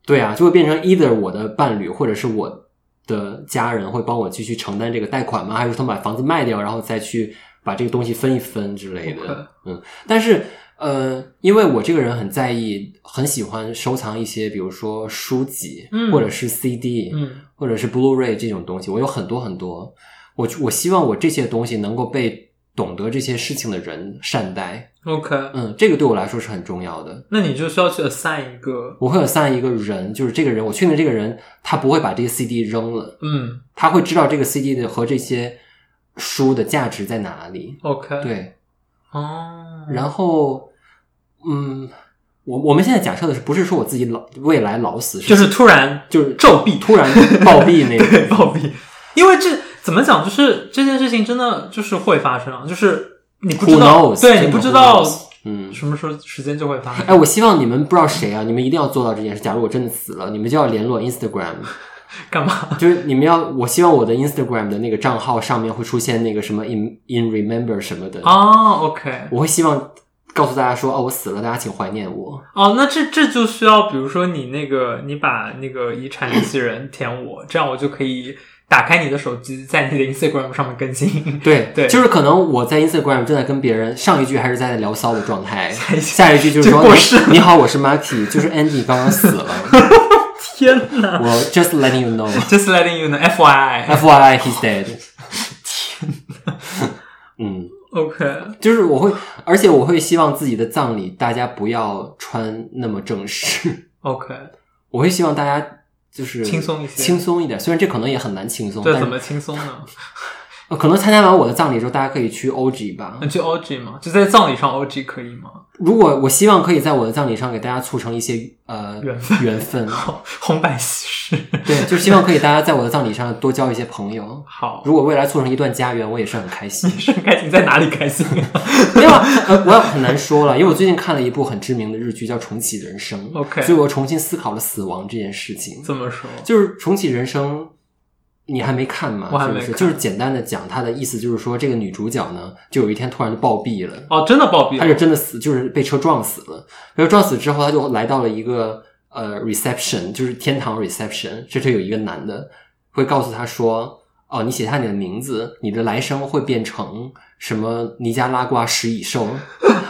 A: 对啊，就会变成 either 我的伴侣或者是我的家人会帮我继续承担这个贷款吗？还是他们把房子卖掉，然后再去把这个东西分一分之类的
B: OK
A: 嗯，但是呃，因为我这个人很在意，很喜欢收藏一些，比如说书籍，
B: 嗯
A: 或者是 CD，
B: 嗯
A: 或者是 Blu-ray 这种东西，我有很多很多。我我希望我这些东西能够被懂得这些事情的人善待，
B: ，OK，
A: 嗯，这个对我来说是很重要的。
B: 那你就需要去 assign 一个，
A: 我会有三一个人，就是这个人，我确定这个人他不会把这个 CD 扔了，
B: 嗯
A: 他会知道这个 CD 的和这些书的价值在哪里。
B: ，OK，，
A: 对，
B: 哦，
A: 然后，嗯，我我们现在假设的是，不是说我自己老未来老死，
B: 就是突然
A: 就是
B: 骤毙，
A: 突然暴毙那
B: 对
A: 个，
B: 暴毙，因为这怎么讲，就是这件事情真的就是会发生啊，就是你不
A: Who
B: 知道，
A: knows？
B: 对
A: 真
B: 你
A: 的
B: 不知
A: who
B: 道
A: knows 嗯。
B: 什么时候时间就会发生。
A: 哎，我希望你们不知道谁啊，你们一定要做到这件事。假如我真的死了，你们就要联络 Instagram，
B: 干嘛？
A: 就是你们要，我希望我的 Instagram 的那个账号上面会出现那个什么 in in remember 什么的
B: 哦，OK，
A: 我会希望告诉大家说，哦，我死了，大家请怀念 我。
B: 哦，那这这就需要，比如说你那个，你把那个遗产联系人填我，这样我就可以打开你的手机，在你的 Instagram 上面更新。
A: 对
B: 对
A: 就是可能我在 Instagram 正在跟别人上一句还是在聊骚的状态，
B: 下一句
A: 下一句就是说
B: 就过世了
A: 你你好，我是 Marky，就是 Andy 刚刚死了，
B: 天哪
A: 我 just letting you know。
B: ！Just letting you know, FYI。
A: F Y I, he's dead。天 嗯，
B: OK，
A: 就是我会，而且我会希望自己的葬礼大家不要穿那么正式，
B: OK，
A: 我会希望大家就是
B: 轻松一些
A: 轻松一点。虽然这可能也很难轻松，
B: 这
A: 但
B: 怎
A: 是
B: 么轻松呢？
A: 呃可能参加完我的葬礼之后，大家可以去 OG 吧
B: 那。就 OG 嘛，就在葬礼上 OG 可以吗？
A: 如果我希望可以在我的葬礼上给大家促成一些呃
B: 缘分
A: 缘分
B: 好，红白喜事。
A: 对，就希望可以大家在我的葬礼上多交一些朋友。
B: 好，
A: 如果未来促成一段家缘，我也是很开心
B: 你。是开心在哪里开心啊
A: 没有啊，呃我也很难说了，因为我最近看了一部很知名的日剧叫《重启人生》
B: OK
A: 所以我重新思考了死亡这件事情。
B: 这么说，
A: 就是重启人生，你还没看吗？
B: 我还没
A: 是不是
B: 看
A: 就是简单的讲，它的意思就是说，这个女主角呢，就有一天突然就暴毙了。
B: 哦，真的暴毙
A: 他就
B: 了。
A: 真的死，就是被车撞死了。然后撞死之后，他就来到了一个呃 reception，就是天堂 reception。这就有一个男的会告诉他说：“哦，你写下你的名字，你的来生会变成什么尼加拉瓜食蚁兽。”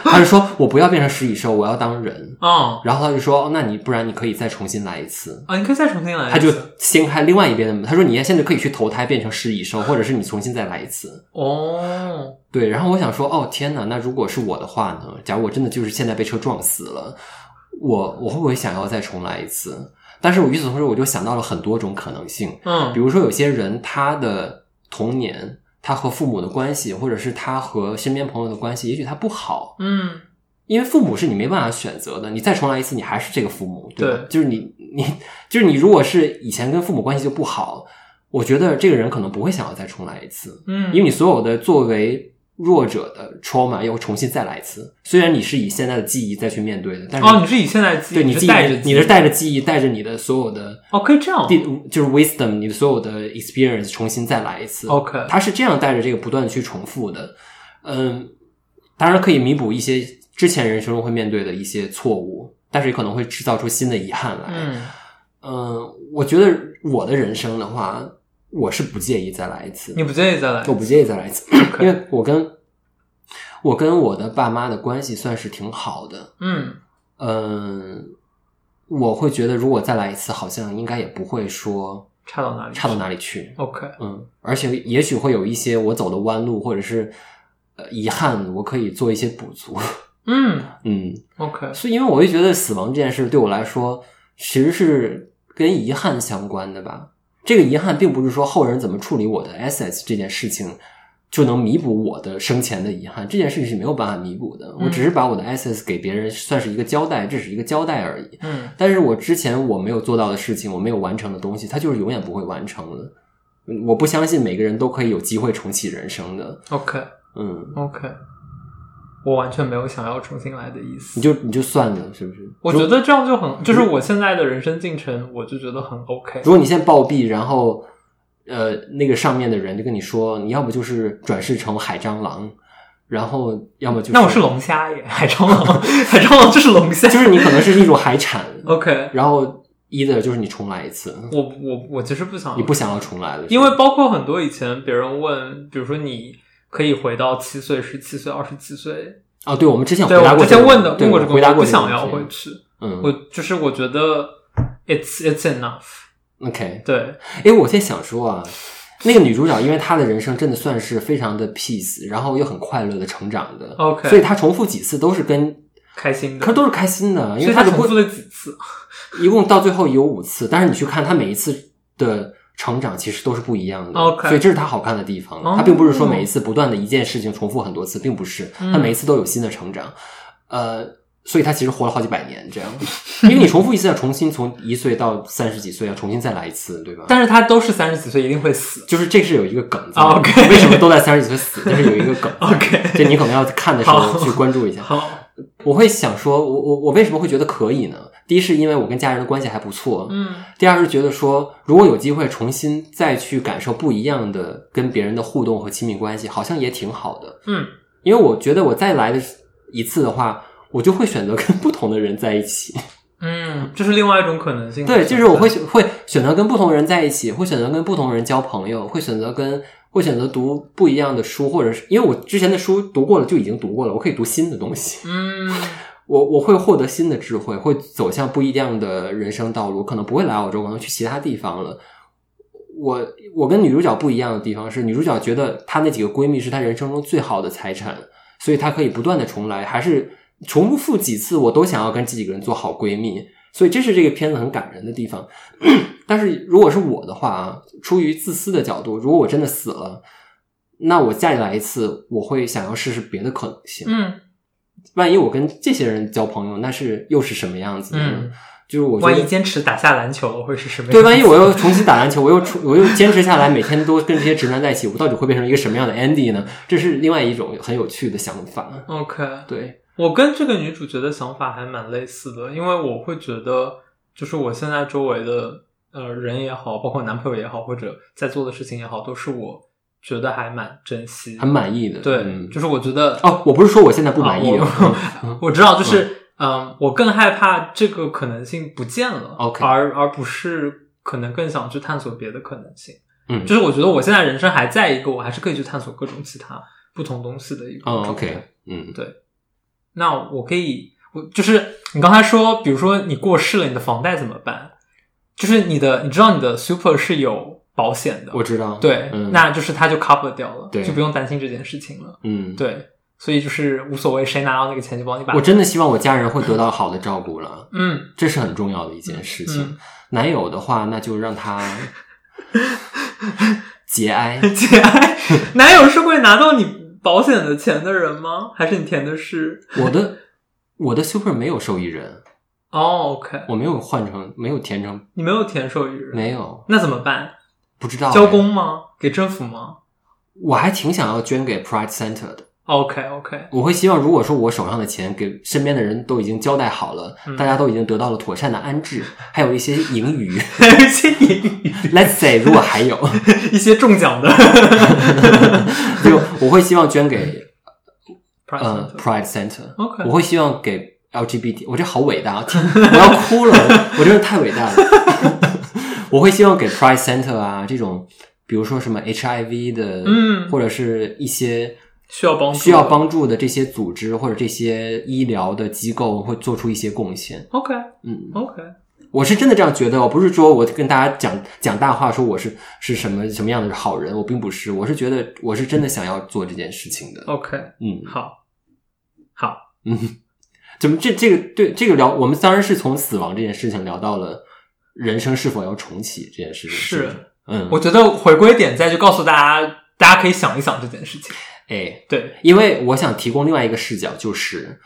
A: 他就说：“我不要变成食蚁兽，我要当人。
B: 嗯”
A: 然后他就说：“哦那你不然你可以再重新来一次。”
B: 啊，你可以再重新来一次。
A: 他就掀开另外一边的门，他说：“你现在可以去投胎变成食蚁兽，或者是你重新再来一次。”
B: 哦，
A: 对，然后我想说，哦天哪，那如果是我的话呢？假如我真的就是现在被车撞死了，我我会不会想要再重来一次？但是我与此同时，我就想到了很多种可能性，
B: 嗯
A: 比，如说有些人他的童年，他和父母的关系，或者是他和身边朋友的关系，也许他不好，
B: 嗯，
A: 因为父母是你没办法选择的，你再重来一次，你还是这个父母，对吧？
B: 对
A: 就是你你就是你，如果是以前跟父母关系就不好，我觉得这个人可能不会想要再重来一次，
B: 嗯，
A: 因为你所有的作为弱者的 trauma 要重新再来一次。虽然你是以现在的记忆再去面对的，但是
B: 哦，你是以现在的记忆，
A: 对你
B: 是
A: 记忆
B: 带着
A: 你是带着记忆，带着你的所有的
B: 哦，可以这样
A: 第就是 wisdom，你的所有的 experience 重新再来一次。
B: ，OK，
A: 它是这样带着这个不断地去重复的，嗯，当然可以弥补一些之前人生中会面对的一些错误，但是也可能会制造出新的遗憾来。
B: 嗯
A: 嗯、我觉得我的人生的话，我是不介意再来一次，
B: 你不介意再来
A: 我不介意再来一次，
B: ？OK
A: 因为我跟我跟我的爸妈的关系算是挺好的。
B: 嗯
A: 嗯，我会觉得如果再来一次，好像应该也不会说
B: 差到哪里去？
A: 差到哪里去。
B: OK，
A: 嗯，而且也许会有一些我走的弯路，或者是呃遗憾，我可以做一些补足。
B: 嗯
A: 嗯，
B: OK，
A: 所以因为我会觉得死亡这件事对我来说，其实是跟遗憾相关的吧。这个遗憾并不是说后人怎么处理我的 assets 这件事情就能弥补我的生前的遗憾，这件事情是没有办法弥补的。我
B: 嗯
A: 只是把我的 assets 给别人，算是一个交代，这是一个交代而已。
B: 嗯
A: 但是我之前我没有做到的事情，我没有完成的东西，它就是永远不会完成的。嗯我不相信每个人都可以有机会重启人生的。
B: OK
A: 嗯，
B: OK，我完全没有想要重新来的意思
A: 你。就你就算了，是不是？
B: 我觉得这样就很，就是我现在的人生进程，我就觉得很 OK
A: 如。果你现在暴毙，然后呃，那个上面的人就跟你说，你要不就是转世成海蟑螂，然后要么就是
B: 那我是龙虾耶，海蟑螂，海蟑螂就是龙 虾。
A: 就是你可能是一种海 产，
B: OK，
A: 然后 either 就是你重来一次，
B: 我我我其实不想，
A: 你不想要重来了，
B: 因为包括很多以前别人问，比如说你可以回到七岁、十七岁、二十七岁，
A: 啊，对我们之前有
B: 对
A: 回答
B: 我
A: 过
B: 之
A: 这
B: 前
A: 个
B: 问的
A: 对
B: 问过这个
A: 我回答过这
B: 问题，我不
A: 个
B: 想要回
A: 问题，
B: 去。我
A: 嗯
B: 就是我觉得 it's it's enough。
A: ，OK，
B: 对，
A: 哎，我在想说啊。那个女主角，因为她的人生真的算是非常的 peace，然后又很快乐的成长的
B: OK
A: 所以她重复几次都是跟，
B: 开心的
A: 她。都是开心的，因
B: 所
A: 为
B: 以他
A: 的
B: 重
A: 过
B: 复了几次？
A: 一共到最后有五次，但是你去看他每一次的成长，其实都是不一样的。
B: OK
A: 所以这是他好看的地方。
B: 哦
A: 他并不是说每一次不断的一件事情重复很多次，并不是，
B: 嗯
A: 他每一次都有新的成长。呃，所以他其实活了好几百年这样， 因为你重复一次要重新从一岁到三十几岁要重新再来一次，对吧？
B: 但是他都是三十几岁，一定会死。
A: 就是这是有一个梗在的
B: 哦，OK
A: 为什么都在三十几岁死？但是有一个梗在
B: OK
A: 这你可能要看的时候
B: 好
A: 去关注一下。
B: 好，
A: 我会想说，我我我为什么会觉得可以呢？第一是因为我跟家人的关系还不错，
B: 嗯
A: 第二是觉得说，如果有机会重新再去感受不一样的跟别人的互动和亲密关系，好像也挺好的。
B: 嗯
A: 因为我觉得我再来的一次的话，我就会选择跟不同的人在一起。
B: 嗯，这是另外一种可能性。
A: 对，嗯就是我会选会选择跟不同人在一起，会选择跟不同人交朋友，会选择跟会选择读不一样的书，或者是因为我之前的书读过了就已经读过了，我可以读新的东西。
B: 嗯
A: 我我会获得新的智慧，会走向不一样的人生道路，可能不会来澳洲，可能去其他地方了。我我跟女主角不一样的地方是，女主角觉得她那几个闺蜜是她人生中最好的财产，所以她可以不断的重来，还是重复几次，我都想要跟这几个人做好闺蜜。所以这是这个片子很感人的地方。 但是如果是我的话啊，出于自私的角度，如果我真的死了，那我再来一次，我会想要试试别的可能性。
B: 嗯
A: 万一我跟这些人交朋友，那是又是什么样子的呢？
B: 嗯，
A: 就是我觉
B: 万一
A: 得，
B: 坚持打下篮球会是什么样？
A: 对，万一我又重新打篮球，我又出我又坚持下来，每天都跟这些直男在一起，我到底会变成一个什么样的 Andy 呢？这是另外一种很有趣的想法。
B: OK，
A: 对，
B: 我跟这个女主角的想法还蛮类似的，因为我会觉得，就是我现在周围的呃人也好，包括男朋友也好，或者在做的事情也好，都是我觉得还蛮珍惜。
A: 很满意的。
B: 对，
A: 嗯
B: 就是我觉得
A: 哦，我不是说我现在不满意、
B: 啊我
A: 嗯嗯
B: 我知道，就是嗯、我更害怕这个可能性不见了
A: OK
B: 而而不是可能更想去探索别的可能性。
A: 嗯
B: 就是我觉得我现在人生还在一个，我还是可以去探索各种其他不同东西的一个
A: 嗯
B: 状态。
A: ，OK，嗯，
B: 那我可以，我就是你刚才说，比如说你过世了，你的房贷怎么办？就是你的，你知道你的 super 是有保险的，
A: 我知道。
B: 对，
A: 嗯
B: 那就是它就 cover 掉了，
A: 对
B: 就不用担心这件事情了。
A: 嗯，
B: 对，所以就是无所谓，谁拿到那个钱就帮你把
A: 我。真的希望我家人会得到好的照顾了，
B: 嗯
A: 这是很重要的一件事情。
B: 嗯，
A: 男友的话，那就让他 节 哀。
B: 节哀，哎男友是会拿到你保险的钱的人吗？还是你填的是？
A: 我的我的 super 没有受益人，
B: 哦，OK，
A: 我没有换成，没有填成，
B: 你没有填受益人，
A: 没有，哦
B: 那怎么办？
A: 不知道哎
B: 交。工吗？给政府吗
A: 我还挺想要捐给 Pride Center 的，
B: ？OK OK，
A: 我会希望，如果说我手上的钱给身边的人都已经交代好了，
B: 嗯
A: 大家都已经得到了妥善的安置，还有一些盈余
B: 一些盈余，
A: ，Let's say 如果还有， 嗯
B: 一些中奖的
A: 就我会希望捐给
B: Pride
A: 嗯
B: Center
A: Pride Center，
B: OK，
A: 我会希望给 LGBT，我这好伟大啊！天我要哭了，我真的太伟大了。 我会希望给 Pride Center 啊这种，比如说什么 HIV 的，
B: 嗯
A: 或者是一些
B: 需要帮助
A: 需要帮助的这些组织或者这些医疗的机构会做出一些贡献。
B: OK
A: 嗯，
B: OK，
A: 我是真的这样觉得，我不是说我跟大家讲讲大话，说我是是什么什么样的好人，我并不是，我是觉得我是真的想要做这件事情的。
B: OK，
A: 嗯。
B: 好，好，
A: 嗯，怎么这这个对这个聊，我们当然是从死亡这件事情聊到了人生是否要重启这件事情。
B: 是
A: 不是，嗯，
B: 我觉得回归点在就告诉大家，大家可以想一想这件事情。
A: 哎，
B: 对，
A: 因为我想提供另外一个视角，就是，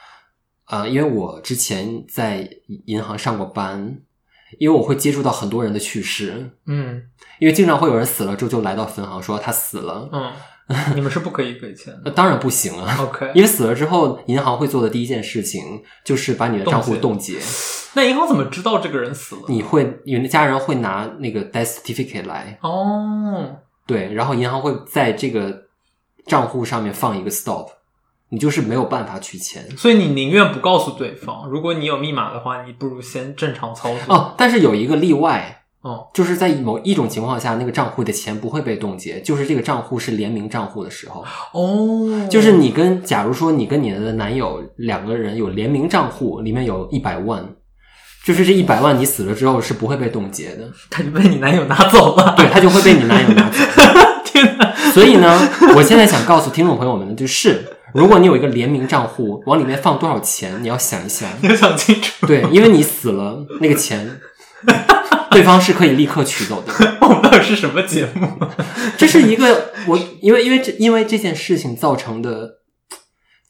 A: 呃，因为我之前在银行上过班，因为我会接触到很多人的去世，
B: 嗯
A: 因为经常会有人死了之后就来到分行说他死了，
B: 嗯，你们是不可以给钱
A: 那、
B: 的。
A: 当然不行啊。
B: OK，
A: 因为死了之后，银行会做的第一件事情就是把你的账户冻
B: 冻
A: 结。
B: 那银行怎么知道这个人死了？
A: 你会，你的家人会拿那个 death certificate 来，
B: 哦，
A: 对，然后银行会在这个账户上面放一个 stop，你就是没有办法取钱。
B: 所以你宁愿不告诉对方，如果你有密码的话，你不如先正常操作。
A: 哦，但是有一个例外，
B: 哦，
A: 就是在某一种情况下，那个账户的钱不会被冻结，就是这个账户是联名账户的时候，
B: 哦
A: 就是你跟假如说你跟你的男友两个人有联名账户，里面有一百万。就是这一百万，你死了之后是不会被冻结的，
B: 他就被你男友拿走 了。
A: 对，他就会被你男友拿走。
B: 天哪！
A: 所以呢，我现在想告诉听众朋友们的就是，如果你有一个联名账户，往里面放多少钱，你要想一想。
B: 你要想清楚，
A: 对，因为你死了，那个钱对方是可以立刻取走的。
B: 我们到底是什么节目？
A: 这是一个我因为因为这因为这件事情造成的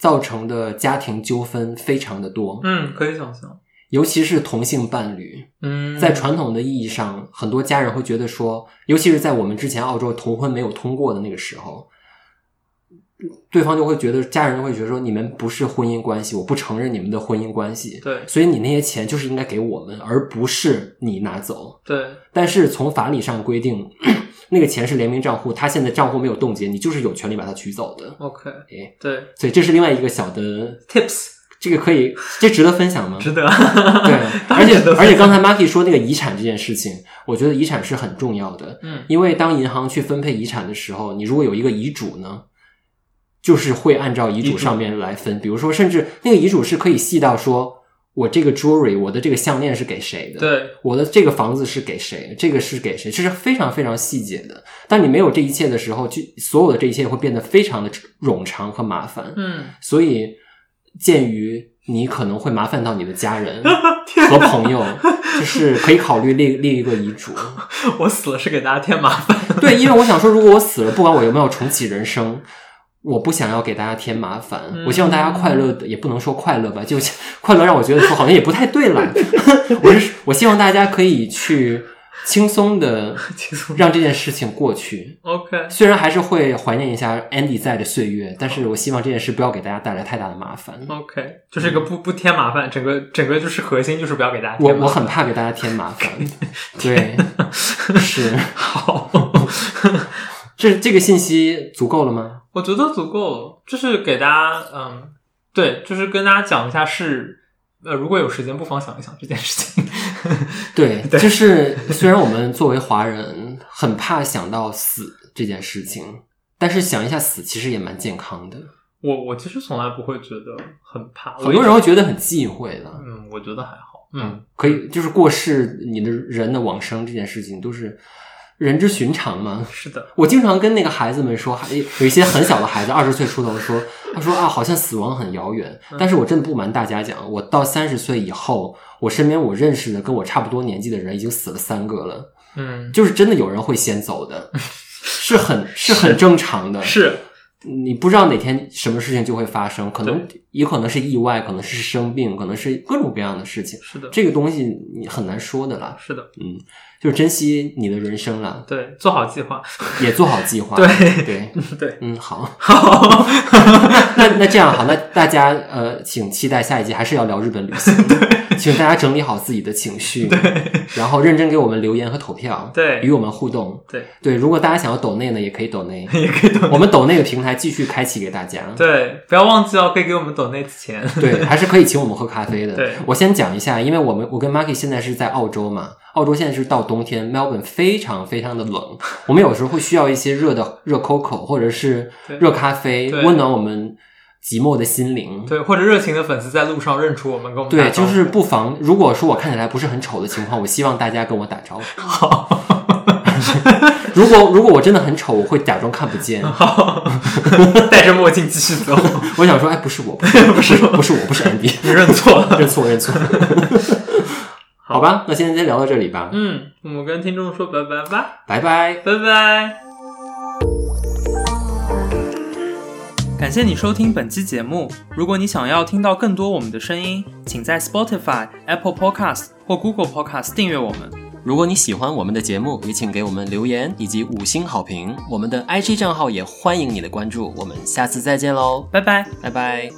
A: 造成的家庭纠纷非常的多，
B: 嗯，可以想象。
A: 尤其是同性伴侣，
B: 嗯，
A: 在传统的意义上，很多家人会觉得说，尤其是在我们之前澳洲同婚没有通过的那个时候。对方就会觉得，家人就会觉得说，你们不是婚姻关系，我不承认你们的婚姻关系。
B: 对
A: 所以你那些钱就是应该给我们，而不是你拿走。
B: 对
A: 但是从法理上规定， 那个钱是联名账户，他现在账户没有冻结，你就是有权利把它取走的。
B: ，OK，
A: 哎
B: 对
A: 所以这是另外一个小的，
B: ，Tips
A: 这个可以，这值得分享吗？
B: 值得。，
A: 嗯对 而且
B: 当然值得
A: 而且刚才 Marky 说那个遗产这件事情，我觉得遗产是很重要的，
B: 嗯
A: 因为当银行去分配遗产的时候，你如果有一个遗嘱呢，就是会按照遗
B: 遗
A: 嘱
B: 嘱
A: 上面来分，比如说，甚至那个遗嘱是可以细到说我这个 jewelry，我的这个项链是给谁的，
B: 对
A: 我的这个房子是给谁，这个是给谁，这是非常非常细节的。当你没有这一切的时候，就所有的这一切会变得非常的冗长和麻烦。
B: 嗯，
A: 所以，鉴于你可能会麻烦到你的家人和朋友，就是可以考虑立立一个遗嘱。
B: 我死了是给大家添麻烦。
A: 对，因为我想说，如果我死了，不管我有没有重启人生。我不想要给大家添麻烦，我希望大家快乐的，也不能说快乐吧，就快乐让我觉得说好像也不太对了。 我是我希望大家可以去轻松的
B: 轻松
A: 让这件事情过去，
B: OK，
A: 虽然还是会怀念一下 Andy 在的岁月，但是我希望这件事不要给大家带来太大的麻烦。
B: OK，就是一个
A: 嗯
B: 不不添麻烦，整个整个就是核心就是不要给大 家
A: 我
B: 添麻
A: 我
B: 烦。
A: 很怕给大家添麻烦，对， 是
B: 好，
A: 这这个信息足够了吗？
B: 我觉得足够了，就是给大家嗯，对，就是跟大家讲一下是呃，如果有时间不妨想一想这件 事情。
A: 对，
B: 对
A: 就是虽然我们作为华人很怕想到死这件事情，但是想一下死其实也蛮健康的，
B: 我我其实从来不会觉得很怕，
A: 很多人会觉得很忌讳的。
B: 嗯，我觉得还好，嗯，
A: 可以，就是过世，你的人的往生这件事情都是人之寻常嘛。
B: 嗯是的，
A: 我经常跟那个孩子们说，还有一些很小的孩子，二十岁出头说，他说啊，好像死亡很遥远。
B: 嗯
A: 但是我真的不瞒大家讲，我到三十岁以后，我身边我认识的跟我差不多年纪的人已经死了三个了，
B: 嗯，
A: 就是真的有人会先走 的，是很是很正常的。
B: 是
A: 你不知道哪天什么事情就会发生，可能也可能是意外，可能是生病，可能是各种各样的事情。
B: 是的，
A: 这个东西你很难说的啦，
B: 是的，
A: 嗯，就珍惜你的人生啦，
B: 对，做好计划，
A: 也做好计划，
B: 对
A: 对，
B: 对，
A: 嗯， 好，
B: 好，
A: 那那这样好，那大家呃，请期待下一集还是要聊日本旅行，请大家整理好自己的情绪，然后认真给我们留言和投票，
B: 对
A: 与我们互动，
B: 对，
A: 对。如果大家想要抖内呢，也可以抖内
B: 也可以抖。
A: 我们抖内的平台继续开启给大家。
B: 对，不要忘记哦，可以给我们抖那钱。
A: 对，还是可以请我们喝咖啡的。
B: 对
A: 我先讲一下，因为我们我跟 Marky 现在是在澳洲嘛，澳洲现在是到冬天，Melbourne 非常非常的冷，我们有时候会需要一些热的热 Coco 或者是
B: 对
A: 热咖啡，
B: 对
A: 温暖我们寂寞的心灵。
B: 对，或者热情的粉丝在路上认出我们，跟我们
A: 对，
B: 打招
A: 就
B: 呼
A: 是不妨，如果说我看起来不是很丑的情况，我希望大家跟我打招呼。
B: 好，
A: 如果如果我真的很丑，我会假装看不见。
B: 好 戴着墨镜继续走。
A: 我想说，哎，不是我，不是我，不是我，不是我，不是 Andy，
B: 你认错了。
A: 认错，认 错。好吧，那先先聊到这里吧，
B: 嗯，我们跟听众说拜拜吧，
A: 拜拜。
B: 拜拜。感谢你收听本期节目。如果你想要听到更多我们的声音，请在 Spotify、Apple Podcast 或 Google Podcast 订阅我们。
A: 如果你喜欢我们的节目，也请给我们留言以及五星好评。我们的 IG 账号也欢迎你的关注。我们下次再见喽，
B: 拜拜。
A: 拜拜。